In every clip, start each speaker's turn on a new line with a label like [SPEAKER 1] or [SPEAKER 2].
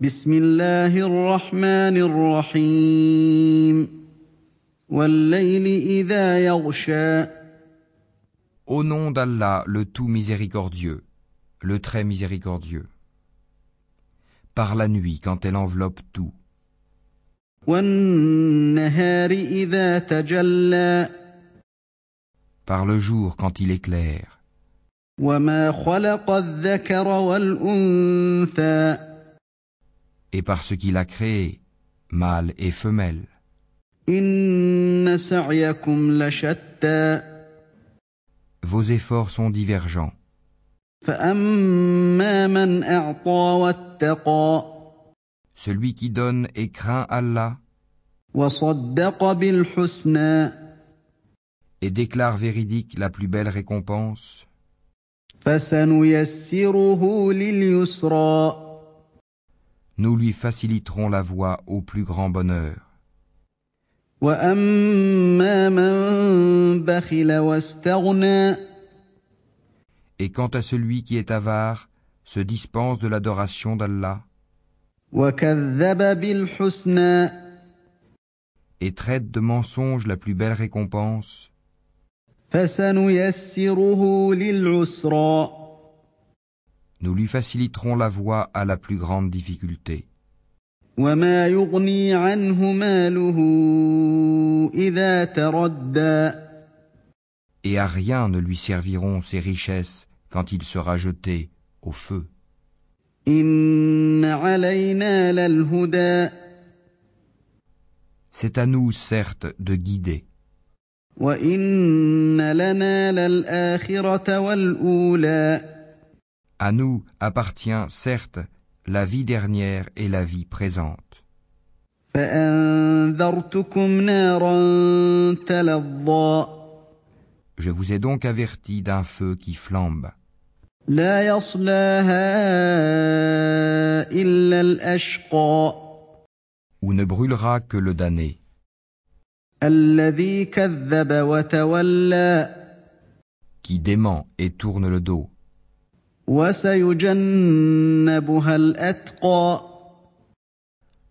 [SPEAKER 1] بسم الله الرحمن الرحيم والليل إذا يغشى
[SPEAKER 2] Au nom d'Allah, le tout miséricordieux, le très miséricordieux. Par la nuit quand elle enveloppe tout,
[SPEAKER 1] والنهار إذا تجلى
[SPEAKER 2] par le jour quand il éclaire,
[SPEAKER 1] وما خلق الذكر والأنثى
[SPEAKER 2] et par ce qu'il a créé, mâle et femelle.
[SPEAKER 1] إن سعيكم لشتى
[SPEAKER 2] Vos efforts sont divergents.
[SPEAKER 1] فأما من أعطى واتقى
[SPEAKER 2] Celui qui donne et craint Allah,
[SPEAKER 1] وصدق بالحسنى
[SPEAKER 2] et déclare véridique la plus belle récompense,
[SPEAKER 1] فسنيسره لليسرى
[SPEAKER 2] nous lui faciliterons la voie au plus grand bonheur.
[SPEAKER 1] وأما من بخل واستغنى
[SPEAKER 2] Et quant à celui qui est avare, se dispense de l'adoration d'Allah,
[SPEAKER 1] وكذب بالحسنى
[SPEAKER 2] et traite de mensonge la plus belle récompense,
[SPEAKER 1] فسنيسره للعسرى
[SPEAKER 2] nous lui faciliterons la voie à la plus grande difficulté.
[SPEAKER 1] وما يغني عنه ماله إذا تردى
[SPEAKER 2] Et à rien ne lui serviront ses richesses quand il sera jeté au feu.
[SPEAKER 1] إن علينا للهدى
[SPEAKER 2] C'est à nous, certes, de guider,
[SPEAKER 1] وإن لنا للآخرة والأولى
[SPEAKER 2] à nous appartient, certes, la vie dernière et la vie présente.
[SPEAKER 1] فأنذرتكم نارا تلظى
[SPEAKER 2] Je vous ai donc averti d'un feu qui flambe,
[SPEAKER 1] لا يصلاها إلا الأشقى
[SPEAKER 2] où ne brûlera que le damné,
[SPEAKER 1] الذي كذب وتولى
[SPEAKER 2] qui dément et tourne le dos,
[SPEAKER 1] وسيجنبها الأتقى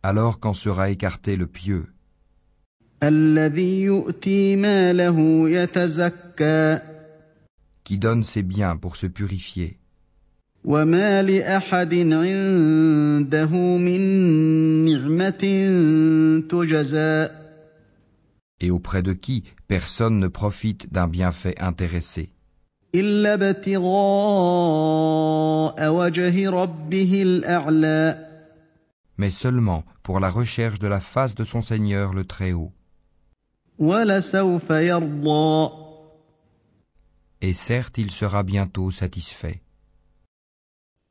[SPEAKER 2] alors qu'en sera écarté le pieux,
[SPEAKER 1] الذي يؤتي ماله يتزكى
[SPEAKER 2] qui donne ses biens pour se purifier,
[SPEAKER 1] وما لأحد عنده من نعمة تجزى
[SPEAKER 2] et auprès de qui personne ne profite d'un bienfait intéressé,
[SPEAKER 1] إلا ابتغاء وجه ربه الأعلى
[SPEAKER 2] mais seulement pour la recherche de la face de son Seigneur le Très-Haut.
[SPEAKER 1] ولسوف يرضى
[SPEAKER 2] Et certes, il sera bientôt satisfait.